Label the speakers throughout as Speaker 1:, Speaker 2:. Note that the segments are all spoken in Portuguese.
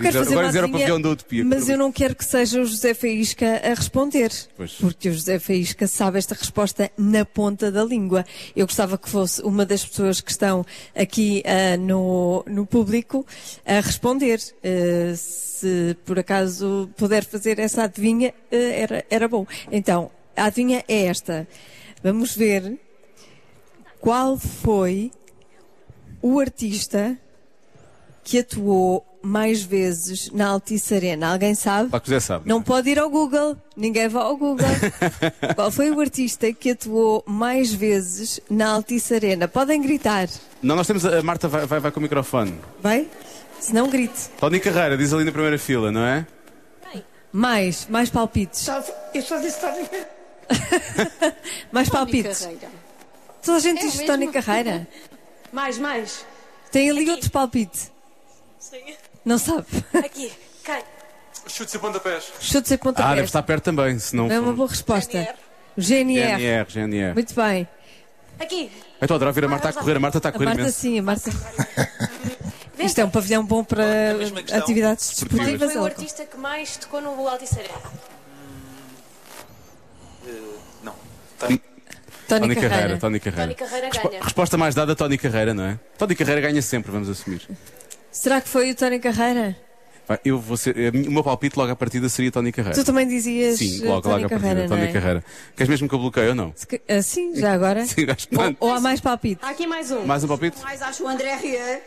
Speaker 1: quero fazer
Speaker 2: agora dizer ao
Speaker 1: modinha,
Speaker 2: pavilhão da utopia.
Speaker 1: Mas eu não quero que seja o José Faísca a responder.
Speaker 2: Pois.
Speaker 1: Porque o José Faísca sabe esta resposta na ponta da língua. Eu gostava que fosse uma das pessoas que estão aqui ah, no, no público a responder. Ah, se por acaso puder fazer essa adivinha, ah, era, era bom. Então, a adivinha é esta. Vamos ver qual foi o artista que atuou mais vezes na Altice Arena. Alguém sabe?
Speaker 2: Pá, que o Zé sabe.
Speaker 1: Não pode ir ao Google. Ninguém vai ao Google. Qual foi o artista que atuou mais vezes na Altice Arena? Podem gritar.
Speaker 2: Não, nós temos. A a Marta vai, vai, vai com o microfone.
Speaker 1: Vai? Se não, grite.
Speaker 2: Tony Carreira, diz ali na primeira fila, não é?
Speaker 1: Mais, mais palpites.
Speaker 3: Eu só disse Tony Carreira.
Speaker 1: Mais
Speaker 4: Tony
Speaker 1: palpites.
Speaker 4: Carreira.
Speaker 1: Toda a gente
Speaker 4: É
Speaker 1: diz
Speaker 4: mesmo?
Speaker 1: Tony Carreira.
Speaker 3: Mais, mais.
Speaker 1: Tem ali outro palpite. Não sabe.
Speaker 4: Aqui, quem?
Speaker 5: Chutes e pontapés.
Speaker 1: Chutes e
Speaker 2: Ah,
Speaker 1: pontapés.
Speaker 2: deve estar perto também, se não.
Speaker 1: Não é uma
Speaker 2: for-
Speaker 1: boa resposta.
Speaker 4: GNR.
Speaker 1: O GNR.
Speaker 2: GNR, GNR.
Speaker 1: Muito bem.
Speaker 4: Aqui.
Speaker 2: Eu estou a adorar Então, ver a Marta a correr. A Marta está
Speaker 1: Ah,
Speaker 2: a
Speaker 1: A
Speaker 2: correr
Speaker 1: Marta
Speaker 2: imenso.
Speaker 1: sim, a Marta. Isto é um pavilhão bom para
Speaker 5: mesma questão.
Speaker 1: atividades
Speaker 4: Quem
Speaker 1: desportivas.
Speaker 4: foi um o
Speaker 1: ou-
Speaker 4: artista que mais tocou no Altice Arena?
Speaker 5: Não. Tem.
Speaker 1: Tony
Speaker 2: Tony
Speaker 1: Carreira.
Speaker 2: Carreira, Tony Carreira.
Speaker 4: Tony Carreira
Speaker 2: Respo-
Speaker 4: ganha.
Speaker 2: Resposta mais dada, Tony Carreira, não é? Tony Carreira ganha sempre, vamos assumir.
Speaker 1: Será que foi o Tony Carreira?
Speaker 2: Vai, Eu vou ser, a minha- o meu palpite logo à partida seria Tony Carreira.
Speaker 1: Tu também dizias
Speaker 2: Sim,
Speaker 1: eh,
Speaker 2: logo,
Speaker 1: Tony
Speaker 2: logo à
Speaker 1: Carreira,
Speaker 2: partida,
Speaker 1: não
Speaker 2: Tony
Speaker 1: é?
Speaker 2: Carreira. Queres mesmo que eu bloqueie ou não?
Speaker 1: Se que- ah, sim, já agora?
Speaker 2: Sim, acho que
Speaker 1: Ou,
Speaker 2: não.
Speaker 1: ou há mais palpite?
Speaker 3: Há aqui mais um.
Speaker 2: Mais um palpite?
Speaker 3: Mais acho o André Rieu.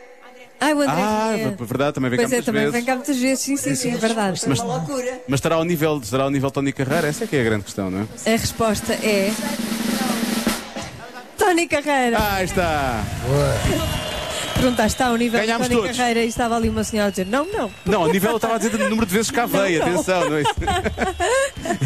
Speaker 1: Ah, o André
Speaker 2: Ah,
Speaker 1: Guia.
Speaker 2: verdade, também vem cá
Speaker 1: Pois é,
Speaker 2: muitas
Speaker 1: também vem
Speaker 2: vezes.
Speaker 1: cá muitas vezes. Sim, sim, sim, é verdade.
Speaker 3: Uma loucura.
Speaker 2: Mas estará ao nível, estará ao nível Tony Carreira? Essa é que é a grande questão, não é?
Speaker 1: A resposta é... Tony Carreira.
Speaker 2: Ah, aí está!
Speaker 1: Perguntaste, está ao nível
Speaker 2: Ah. Ganhámos
Speaker 1: de Tony
Speaker 2: todos.
Speaker 1: Carreira e estava ali uma senhora a dizer não, não.
Speaker 2: Não, ao nível eu estava a dizer do número de vezes que cavei,
Speaker 1: Não, não.
Speaker 2: atenção, não é isso?